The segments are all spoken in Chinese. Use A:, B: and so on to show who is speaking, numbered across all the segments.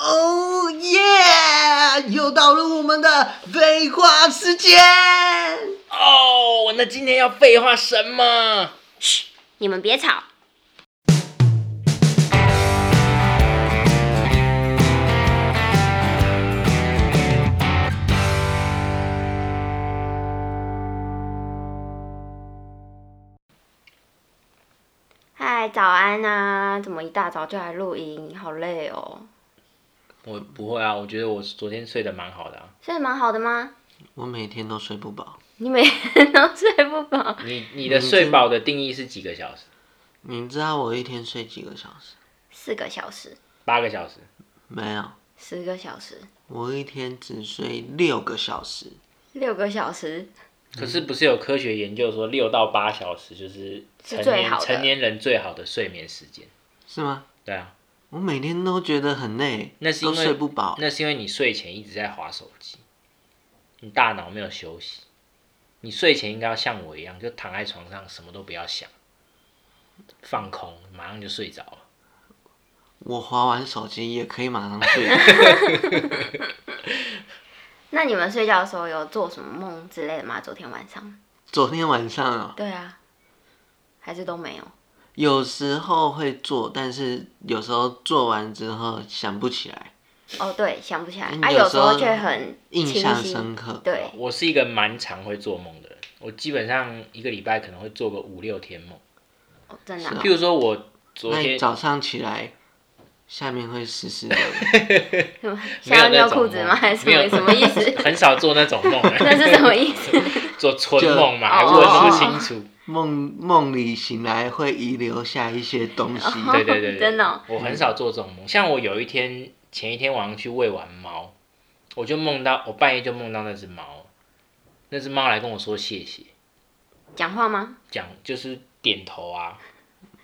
A: Oh 又到了我们的废话时间。
B: 哦，那今天要废话什么？
C: 嘘，你们别吵。嗨，早安啊！怎么一大早就来录音？好累哦。
B: 我不会啊，我觉得我昨天睡得蛮好的啊。
C: 睡得蛮好的吗？
A: 我每天都睡不饱，
C: 你每 天都睡不饱，
B: 你你的睡饱的定义是几个小时？
A: 你知道我一天睡几个小时？
C: 四个小时、
B: 八个小时？
A: 没有，
C: 十个小时、
A: 我一天只睡六个小时。
C: 六个小时，
B: 可是不是有科学研究说六到八小时就是成
C: 是最
B: 年
C: 好的
B: 成年人最好的睡眠时间？
A: 是吗？
B: 对啊，
A: 我每天都觉得很累，
B: 那是因
A: 都
B: 为
A: 睡不
C: 哦
A: 饱。
B: 那是因为你睡前一直在划手机，你大脑没有休息。你睡前应该要像我一样，就躺在床上什么都不要想，放空，马上就睡着了。
A: 我划完手机也可以马上 睡。
C: 那你们睡觉的时候有做什么梦之类的吗？昨天晚上？
A: 昨天晚上啊，
C: 对啊，还是都没有。
A: 有时候会做，但是有时候做完之后想不起来，
C: 哦，对，想不起来
A: 嗯
C: 啊，
A: 有
C: 有
A: 时
C: 时
A: 候
C: 候却很
A: 印象
C: 清晰
A: 深刻。
C: 对，
B: 我是一个蛮常会做梦的人，我基本上一个礼拜可能会做个五六天梦。
C: 哦真的啊、
B: 譬如说，我昨
A: 那你
B: 天
A: 早上起来，下面会湿湿的。
C: 什么
B: 没
C: 想
B: 有
C: 要
B: 那
C: 尿
B: 种
C: 裤子吗？
B: 梦
C: 还是什
B: 没有
C: 么什么意 思？
B: 很少做那种 梦，
C: 那是什么意思？
B: 做春梦嘛，还
C: 就哦
B: 问不清楚。
A: 梦梦里醒来会遗留下一些东西。
C: 哦
B: 对对对对，
C: 真的哦
B: 我很少做这种梦。像我有一天前一天晚上去喂完猫，我就梦到我半夜就梦到那只猫，那只猫来跟我说谢谢，
C: 讲话吗？
B: 讲就是点头啊，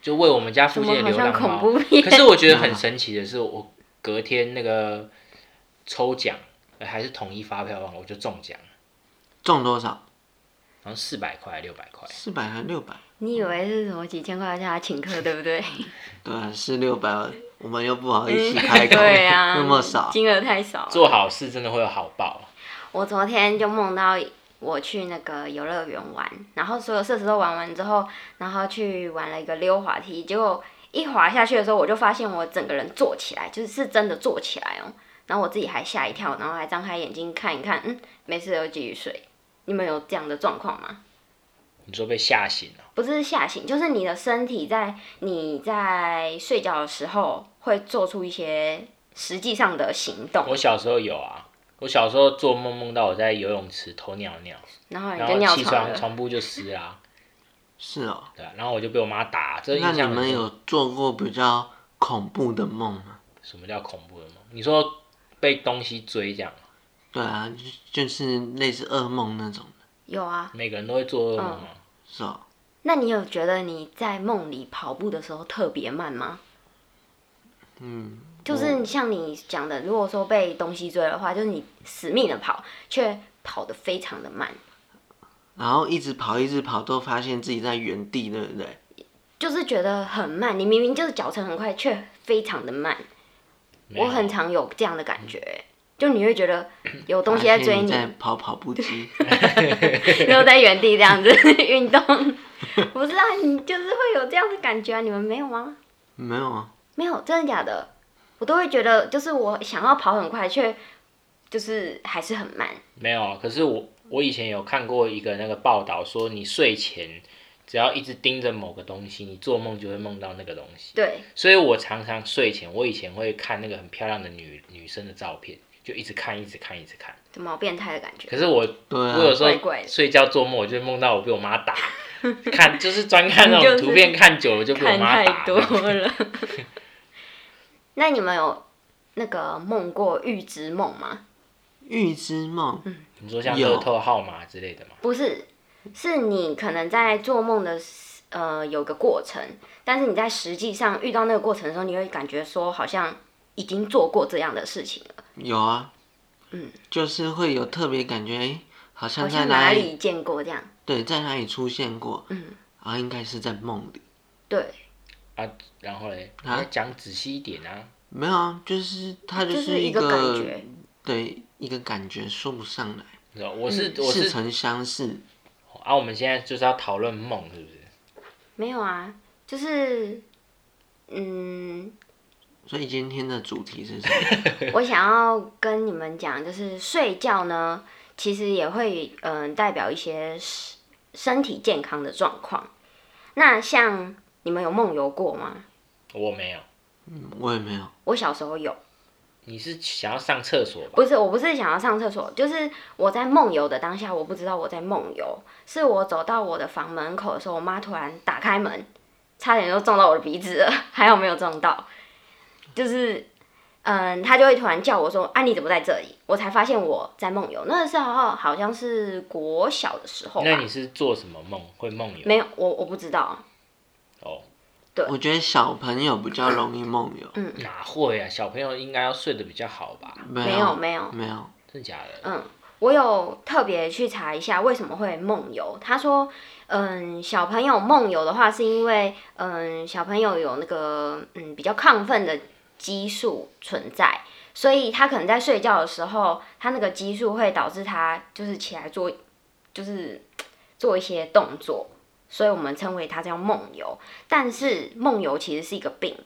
B: 就喂我们家
C: 怎
B: 附
C: 么
B: 近的
C: 好
B: 流
C: 像
B: 浪
C: 恐
B: 猫。
C: 怖片？
B: 可是我觉得很神奇的是，我隔天那个抽奖呃还是统一发票忘了，我就中奖了，
A: 中多少？
B: 好像四百块六百块。
A: 四百还六百？
C: 你以为是什么几千块要叫他请客，对不对？
A: 对啊，是六百。我们又不好意思开口，
C: 嗯 对啊，
A: 那么少。
C: 金额太少了。
B: 做好事真的会有好报。
C: 我昨天就梦到我去那个游乐园玩，然后所有设施都玩完之后，然后去玩了一个溜滑梯，结果一滑下去的时候，我就发现我整个人坐起来，就是是真的坐起来哦。然后我自己还吓一跳，然后还张开眼睛看一看，嗯，没事，就继续睡。你们有这样的状况吗？
B: 你说被吓醒了，
C: 不是吓醒，就是你的身体在你在睡觉的时候会做出一些实际上的行动，
B: 我小时候有啊，我小时候做梦梦到我在游泳池偷尿尿，
C: 然后你
B: 然
C: 就
B: 后
C: 啊尿
B: 起
C: 床
B: 床
C: 了。
B: 床铺就湿啦、
A: 是哦。
B: 对啊然后我就被我妈打，这印
A: 那你
B: 象很
A: 们
B: 深。
A: 有做过比较恐怖的梦吗？
B: 什么叫恐怖的梦？你说被东西追这样，
A: 对啊，就就是类似噩梦那种，
C: 有啊，
B: 每个人都会做噩梦吗？
C: 嗯
A: 是哦。
C: 那你有觉得你在梦里跑步的时候特别慢吗？
A: 嗯，
C: 就是像你讲的，如果说被东西追的话，就是你死命的跑，却跑得非常的慢，
A: 然后一直跑，一直跑，都发现自己在原地，对不对？
C: 就是觉得很慢。你明明就是脚程很快，却非常的慢。
B: 没有嗯
C: 我很常有这样的感觉，就你会觉得有东西在
A: 发
C: 追
A: 现
C: 你，
A: 在跑跑步 机。
C: 然后在原地这样子运动。 不是啊，你就是会有这样的感觉啊？你们没有吗？
A: 没有啊，
C: 没有，真的假的？我都会觉得，就是我想要跑很快，却就是还是很慢。
B: 没有啊。可是我我以前有看过一个那个报道说，你睡前只要一直盯着某个东西，你做梦就会梦到那个东西。
C: 对，
B: 所以我常常睡前，我以前会看那个很漂亮的女女生的照片，就一直看，一直看，一直看。
C: 怎么变态的感觉？
B: 可是我
A: 对
B: 我有
A: 啊，
B: 时候
C: 怪怪的
B: 睡觉做梦，我就会梦到我被我妈 打，看就是专看那种图片，看久了就被我
C: 看
B: 妈
C: 太
B: 打。
C: 多了。 那你们有那个梦过预知梦吗？
A: 预知梦，
B: 你说像
A: 有
B: 乐透号码之类的嘛？
C: 不是，是你可能在做梦的时呃有个过程，但是你在实际上遇到那个过程的时候，你会感觉说好像已经做过这样的事情了，
A: 有啊，
C: 嗯，
A: 就是会有特别感觉，哎，好像
C: 好
A: 在
C: 像哪
A: 里，
C: 里见过这样。
A: 对，在哪里出现过，
C: 嗯，
A: 然后应该是在梦里，
C: 对，
B: 然后嘞，
A: 啊
B: 你讲仔细一点啊，
A: 没有啊，就是它
C: 就是
A: 一
C: 一个感觉。
A: 对一个感觉说不上来，
B: 你知道
C: 嗯
B: 我是、我
A: 似
B: 是
A: 曾相识。
B: 啊，我们现在就是要讨论梦，是不是？
C: 没有啊，就是，嗯，
A: 所以今天的主题是什 么？
C: 我想要跟你们讲，就是睡觉呢，其实也会嗯、呃代表一些身身体健康的状况。那像你们有梦游过吗？
B: 我没有，
A: 嗯我也没有。
C: 我小时候有，
B: 你是想要上厕所吧？
C: 不是，我不是想要上厕所，就是我在梦游的当下，我不知道我在梦游，是我走到我的房门口的时候，我妈突然打开门，差点就撞到我的鼻子了， 还好没有撞到，就是。嗯，她就会突然叫我说：“啊，你怎么在这里？”我才发现我在梦游。那时候好像是国小的时候吧，
B: 那你是做什么梦？会梦游？
C: 没有我，我不知道。
B: 哦，
C: 对
A: 我觉得小朋友比较容易梦游。
B: 哪会啊？小朋友应该要睡得比较好吧？
A: 没
C: 有没有
A: 没有，
B: 真假的？
C: 嗯，我有特别去查一下为什么会梦游。他说，嗯，小朋友梦游的话，是因为嗯，小朋友有那个嗯比较亢奋的激素存在，所以他可能在睡觉的时候，他那个激素会导致他就是起来做，就是做一些动作。所以我们称为它叫梦游，但是梦游其实是一个病，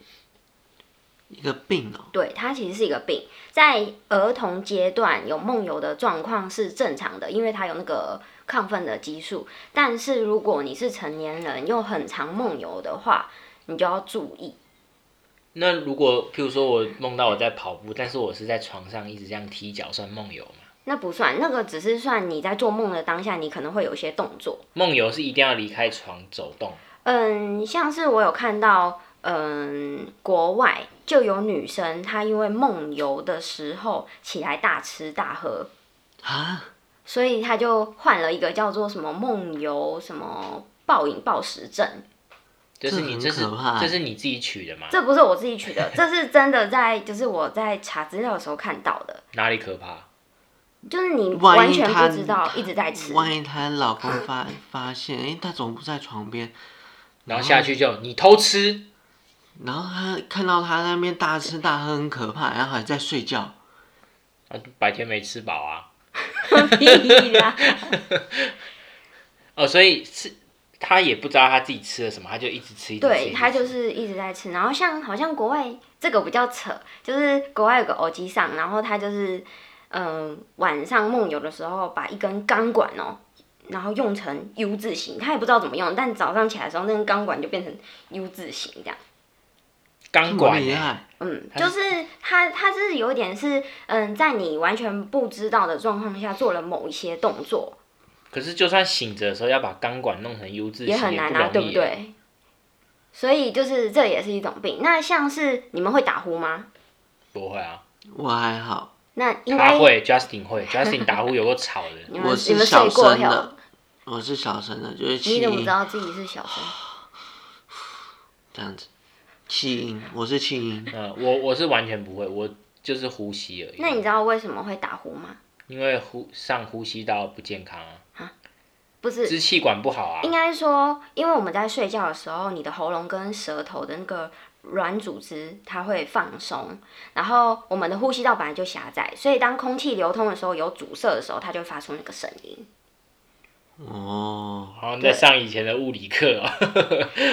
A: 一个病哦、
C: 对，它其实是一个病，在儿童阶段有梦游的状况是正常的，因为它有那个亢奋的激素。但是如果你是成年人又很常梦游的话，你就要注意。
B: 那如果譬如说我梦到我在跑步，但是我是在床上一直这样踢脚，算梦游吗？
C: 那不算，那个只是算你在做梦的当下，你可能会有一些动作。
B: 梦游是一定要离开床走动，
C: 嗯，像是我有看到，嗯，国外就有女生她因为梦游的时候起来大吃大喝，
A: 啊，
C: 所以他就换了一个叫做什么梦游什么暴饮暴食症，
B: 就是你这
A: 这
B: 是
A: 很可怕
B: 这是你自己取的吗？
C: 这不是我自己取的，这是真的在就是我在查资料的时候看到的，
B: 哪里可怕？
C: 就是你
A: 万
C: 完
A: 一
C: 全
A: 她
C: 不知道一直在吃，
A: 万一她老公发发现，哎、她怎么不在床边？
B: 然后下去就你偷吃，
A: 然后她看到她那边大吃大喝很可怕，然后还在睡觉，
B: 啊白天没吃饱啊，
C: 屁 啦，
B: 哦，所以是他也不知道他自己吃了什么，他就一直吃，一直吃
C: 对他就。
B: 一直吃
C: 是一直在吃，然后像好像国外这个比较扯，就是国外有个耳机上，然后他就是嗯、晚上梦游的时候把一根钢管哦。然后用成 U 字形，他也不知道怎么用，但早上起来的时候，那根钢管就变成 U 字形这样。
A: 这
B: 钢
A: 么
B: 管
A: 厉
B: 欸、
A: 害，
C: 嗯，
B: 它
C: 就是他，他是有点是，嗯，在你完全不知道的状况下做了某一些动作，
B: 可是就算醒着的时候要把钢管弄成 U 字形
C: 也很难
B: 不
C: 啊，
B: 容
C: 对不
B: 易欸？
C: 对？所以就是这也是一种病。那像是你们会打呼吗？
B: 不会啊，
A: 我还好，
C: 那应
B: 他
C: 该
B: 会，Justin 会，Justin 打呼有个吵的，
C: 你们
A: 我
C: 你
A: 是
C: 们
A: 小
C: 睡过
A: 声
C: 没有？
A: 的，我是小声的，就是气
C: 你怎么哎知
A: 音
C: 道自己是小声？
A: 这样子，气音，我是气音，
B: 嗯，我我是完全不会，我就是呼吸而已。
C: 那你知道为什么会打呼吗？
B: 因为呼上呼吸道不健康啊，
C: 不是，
B: 支气管不好啊
C: 应，该说，因为我们在睡觉的时候，你的喉咙跟舌头的那个软组织它会放松，然后我们的呼吸道本来就狭窄，所以当空气流通的时候有阻塞的时候，它就会发出那个声音。
A: 哦，
B: 好像在
C: 对
B: 上以前的物 理课、哦，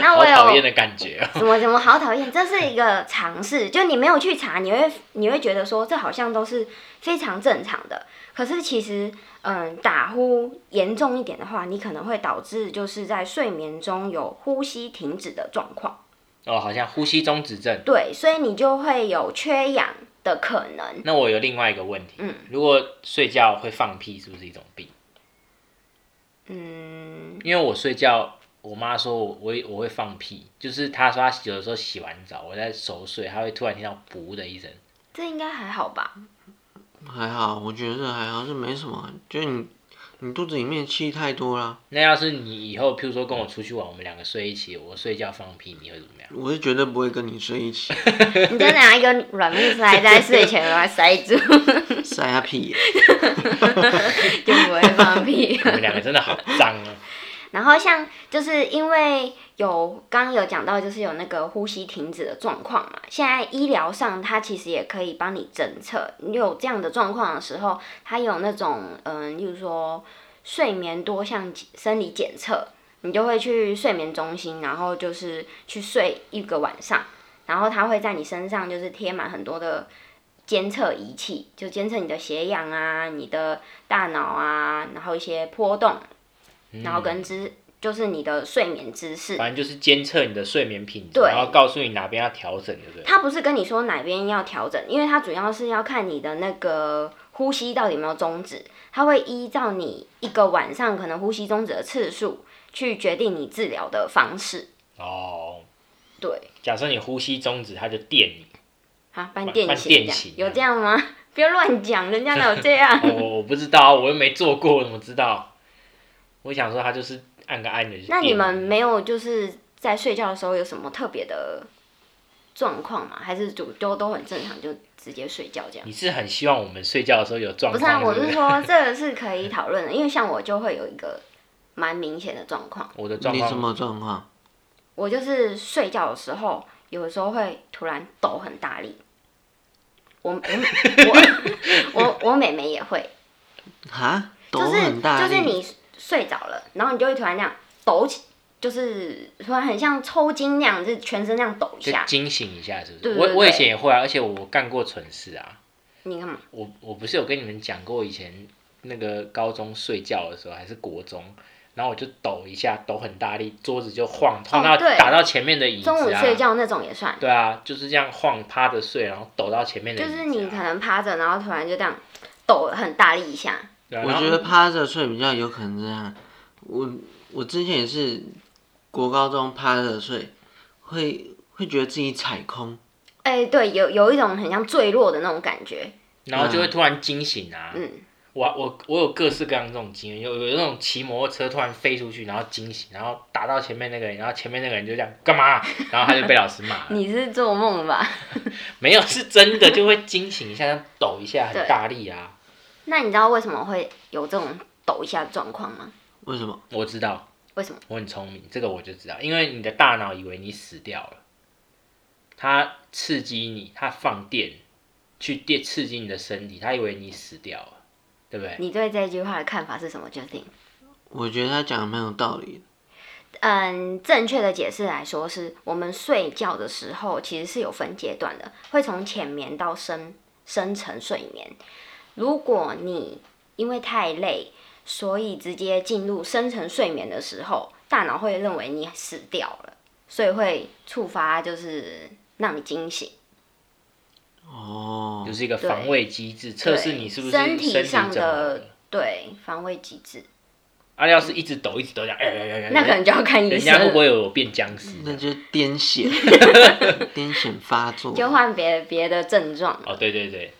C: 那
B: 好
C: 我
B: 讨厌
C: 有
B: 的感觉、哦。
C: 怎么怎么好讨厌，这是一个尝试，就你没有去查，你会你会觉得说这好像都是非常正常的，可是其实嗯，打呼严重一点的话，你可能会导致就是在睡眠中有呼吸停止的状况。
B: 哦，好像呼吸中止症。
C: 对，所以你就会有缺氧的可能。
B: 那我有另外一个问题，
C: 嗯
B: 如果睡觉会放屁，是不是一种病？
C: 嗯，
B: 因为我睡觉，我妈说我我会我会放屁，就是她说她有的时候洗完澡，我在熟睡，她会突然听到“噗”的一声。
C: 这应该还好吧？
A: 还好，我觉得还好，是没什么，就是你你肚子里面气太多了，
B: 那要是你以后，譬如说跟我出去玩，我们两个睡一起，我睡觉放屁，你会怎么样？
A: 我是绝对不会跟你睡一 起，
C: 你就拿一个软木塞在睡前把它塞住，
A: 塞下屁眼，
C: 就不会放屁。
B: 我们两个真的好脏啊！
C: 然后像就是因为有刚刚有讲到，就是有那个呼吸停止的状况嘛，现在医疗上它其实也可以帮你侦测，你有这样的状况的时候，它有那种嗯，例如说睡眠多项生理检测，你就会去睡眠中心，然后就是去睡一个晚上，然后它会在你身上就是贴满很多的。监测仪器，就监测你的血氧啊、你的大脑啊，然后一些波动，然后跟姿就是你的睡眠姿势。
B: 反正就是监测你的睡眠品质，
C: 对
B: 然后告诉你哪边要调整，对不对？
C: 它不是跟你说哪边要调整，因为它主要是要看你的那个呼吸到底有没有终止，它会依照你一个晚上可能呼吸终止的次数去决定你治疗的方式。
B: 哦，
C: 对，
B: 假设你呼吸终止，它就电你。
C: 好，把你电
B: 把
C: 醒
B: 电
C: 这样
B: 醒
C: 有这样吗？不要乱讲，人家哪有这 样？
B: 哦我我不知道，我又没做过，我怎么知道？我想说，它就是按个按钮就电。
C: 那你们没有就是在睡觉的时候有什么特别的状况吗？还是就都都很正常，就直接睡觉这样？
B: 你是很希望我们睡觉的时候有状
C: 不
B: 况？
C: 是啊，我
B: 是
C: 是
B: 是
C: 说这个是可以讨论的，因为像我就会有一个蛮明显的状况，
B: 我的状
A: 你什
B: 况，
A: 么状况？
C: 我就是睡觉的时候，有的时候会突然抖很大力。我我我我我妹妹也会，
A: 哈，抖
C: 就是
A: 很大力，
C: 就是你睡着了，然后你就会突然这样抖起，就是突然很像抽筋那样，就是全身这样抖一
B: 就
C: 下。
B: 惊醒一下，是不是？
C: 对对对
B: 我我以前也会啊，而且我干过蠢事啊。
C: 你干嘛？
B: 我我不是有跟你们讲过，以前那个高中睡觉的时候还是国中，然后我就抖一下，抖很大力，桌子就晃，晃到
C: 哦对
B: 打到前面的椅子啊。
C: 中午睡觉那种也算，
B: 对啊，就是这样晃趴着睡，然后抖到前面的椅
C: 就
B: 子、啊。
C: 是你可能趴着，然后突然就这样抖很大力一下，
B: 对啊，
A: 我
B: 然后
A: 觉得趴着睡比较有可能这样。我我之前也是国高中趴着睡，会会觉得自己踩空，
C: 哎、对，有有一种很像坠落的那种感觉，
B: 然后就
A: 嗯
B: 会突然惊醒啊。
C: 嗯，
B: 我我我有各式各样这种经验，有有那种骑摩托车突然飞出去，然后惊醒，然后打到前面那个人，然后前面那个人就这样干嘛，啊然后他就被老师骂了。
C: 你是做梦吧？
B: 没有是真的，就会惊醒一下，像抖一下，很
C: 对
B: 大力啊。
C: 那你知道为什么会有这种抖一下的状况吗？
A: 为什么？
B: 我知道，
C: 为什么？
B: 我很聪明，这个我就知道，因为你的大脑以为你死掉了，它刺激你，它放电去电刺激你的身体，它以为你死掉了，对不对？
C: 你对这句话的看法是什么，Justin？
A: 我觉得他讲的蛮有道理的。
C: 嗯，正确的解释来说是，我们睡觉的时候其实是有分阶段的，会从浅眠到深深层睡眠。如果你因为太累，所以直接进入深层睡眠的时候，大脑会认为你死掉了，所以会触发就是让你惊醒。
A: 哦
B: 就，是一个防卫机制，测试你是不是
C: 身体
B: 身体
C: 上
B: 怎么了
C: 的。对防卫机制，
B: 阿廖是一直抖，一直抖，这样，哎哎哎哎，
C: 那可能就要看医
B: 人家会不
C: 生，
B: 会有变僵尸？
A: 那就是癫 痫，癫痫发作。
C: 就换别别的症状。
B: 哦，对对对，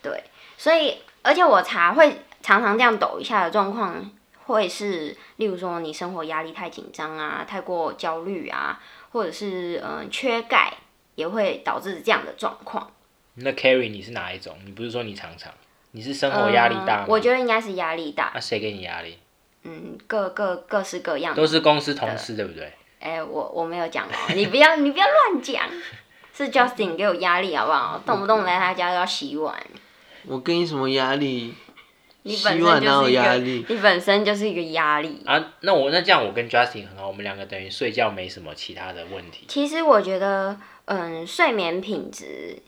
C: 所以，而且我查会常常这样抖一下的状况，会是例如说你生活压力太紧张啊，太过焦虑啊，或者是嗯缺钙，也会导致这样的状况。
B: 那 Carry 你是哪一种？你不是说你常常，你是生活哦压力大吗？
C: 嗯我觉得应该是压力大，
B: 那谁给你压力？
C: 嗯，各各各式各样的。
B: 都是公司同事，对不对？
C: 哎、我我没有讲哦，你不要你不要乱讲。是 Justin 给我压力好不好？动不动来他家都要洗碗，
A: 我给你什么压力？
C: 你本
A: 洗
C: 身
A: 碗哪
C: 就
A: 有
C: 是一
A: 压
C: 个，
A: 力？
C: 你本身就是一个压力。
B: 啊，那我那这样我跟 Justin 很好，我们两个等于睡觉没什么其他的问题。
C: 其实我觉得，嗯，睡眠品质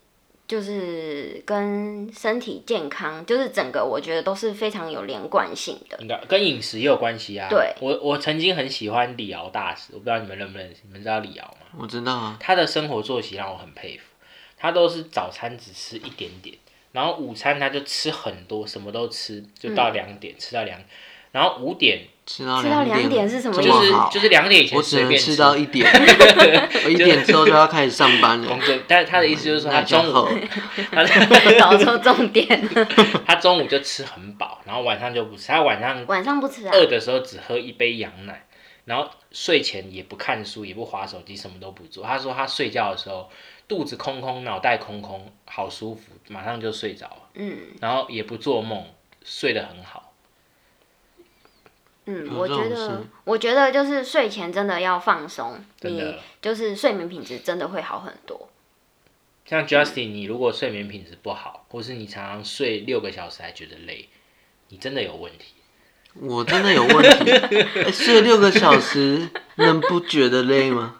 C: 就是跟身体健康，就是整个我觉得都是非常有连贯性的。
B: 应该跟饮食也有关系啊。
C: 对，
B: 我我曾经很喜欢李敖大师，我不知道你们认不认识，你们知道李敖吗？
A: 我知道啊，
B: 他的生活作息让我很佩服，他都是早餐只吃一点点，然后午餐他就吃很多，什么都吃，就
A: 嗯
B: 到两点、吃到两，然后五点
A: 吃到
C: 吃到两
A: 两
C: 点是什么
A: 这
B: 就
C: 意
A: 么
B: 是
C: 思？
A: 好
B: 就是两点以前
A: 我只
B: 随
A: 能
B: 便
A: 吃到一 点，我一点之后就要开始上班了
B: 工。作，但是他的意思就是说他
A: 那就
B: 中午
A: 好
B: 他
C: 搞错重点，
B: 他中午就吃很饱，然后晚上就不吃，他晚上
C: 晚上不吃啊？
B: 饿的时候只喝一杯羊奶，然后睡前也不看书，也不划手机，什么都不做。他说他睡觉的时候肚子空空，脑袋空空，好舒服，马上就睡着了，
C: 嗯，
B: 然后也不做梦，睡得很好。
C: 嗯，
A: 有
C: 我
A: 这种
C: 觉得
A: 事，
C: 我觉得就是睡前真的要放松，
B: 真的
C: 你就是睡眠品质真的会好很多。
B: 像 Justin，你如果睡眠品质不好，或是你常常睡六个小时还觉得累，你真的有问题。
A: 我真的有问题， 欸睡六个小时能不觉得累吗？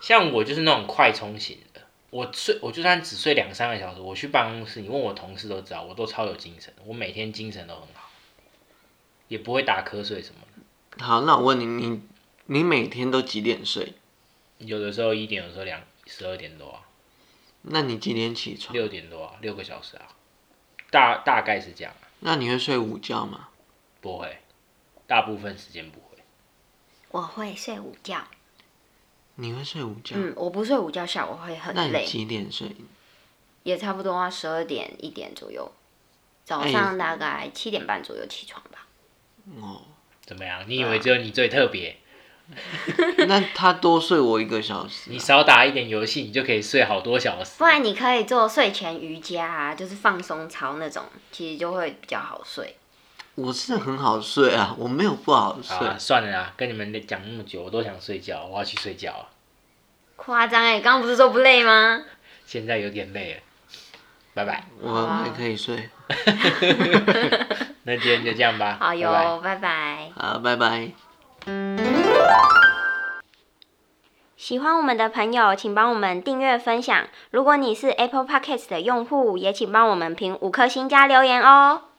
B: 像我就是那种快充型的，我睡我就算只睡两三个小时，我去办公室，你问我同事都知道，我都超有精神，我每天精神都很好，也不会打瞌睡什么的。
A: 好，那我问你，你你每天都几点睡？
B: 有的时候一点，有的时候两十二点多啊，
A: 那你几点起床？
B: 六点多啊，六个小时啊，大大概是这样啊，
A: 那你会睡午觉吗？
B: 不会，大部分时间不会。
C: 我会睡午觉，
A: 你会睡午觉？
C: 嗯，我不睡午觉，下午会很
A: 那你
C: 累，
A: 几点睡？
C: 也差不多要十二点一点左右，早
A: 哎
C: 上大概七点半左右起床吧。
A: 哦，
B: 怎么样？你以为只有你最特别？
A: 那他多睡我一个小时
B: 你
A: 啊、
B: 少打一点游戏，你就可以睡好多小时
C: 不。然你可以做睡前瑜伽啊，就是放松操那种，其实就会比较好睡。
A: 我是很好睡啊，我没有不好睡。
B: 好啊，算了啦，跟你们讲那么久，我都想睡觉，我要去睡觉了，
C: 夸张哎，刚刚不是说不累吗？
B: 现在有点累了，拜拜。
A: 我
C: 好啊
A: 我也可以睡。
B: 那今天就这样吧，
C: 好哟
B: 拜拜，
C: 拜拜。
A: 好，拜拜。
C: 喜欢我们的朋友，请帮我们订阅分享。如果你是 Apple Podcast 的用户，也请帮我们评五颗星加留言哦。